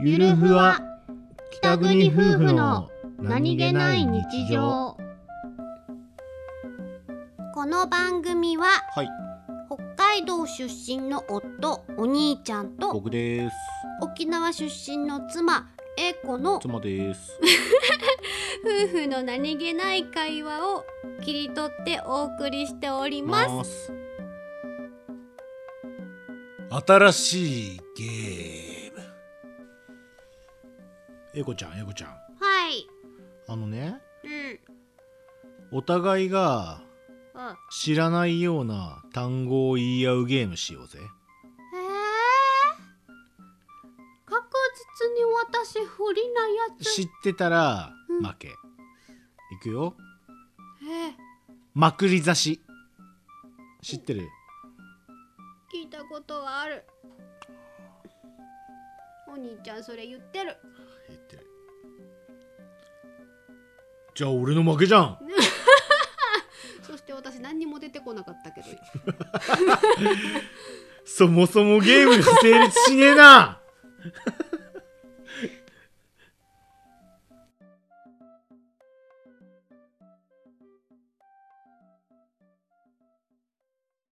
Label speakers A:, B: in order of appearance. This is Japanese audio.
A: ゆるふわ北国夫婦の
B: この番組は
A: はい
B: 北海道出身の夫お兄ちゃんと
A: 僕です
B: 沖縄出身の妻英子の夫
A: 妻です
B: 婦の何気ない会話を切り取ってお送りしております
A: す
C: 新しいゲーム
A: えいこちゃんえいこちゃん
B: はい
A: あのね
B: うん
A: お互いが
B: うん
A: 知らないような単語を言い合うゲームしようぜ
B: えー、確実に私不利なや
A: 知ってたら
B: うん
A: 負け、いくよ
B: えー、
A: まくり刺し知ってる
B: 聞いたことはあるお兄ちゃんそれ言ってる
A: 言ってるじゃあ俺の負けじゃん
B: そして私何にも出てこなかったけど
A: そもそもゲームが成立しねえな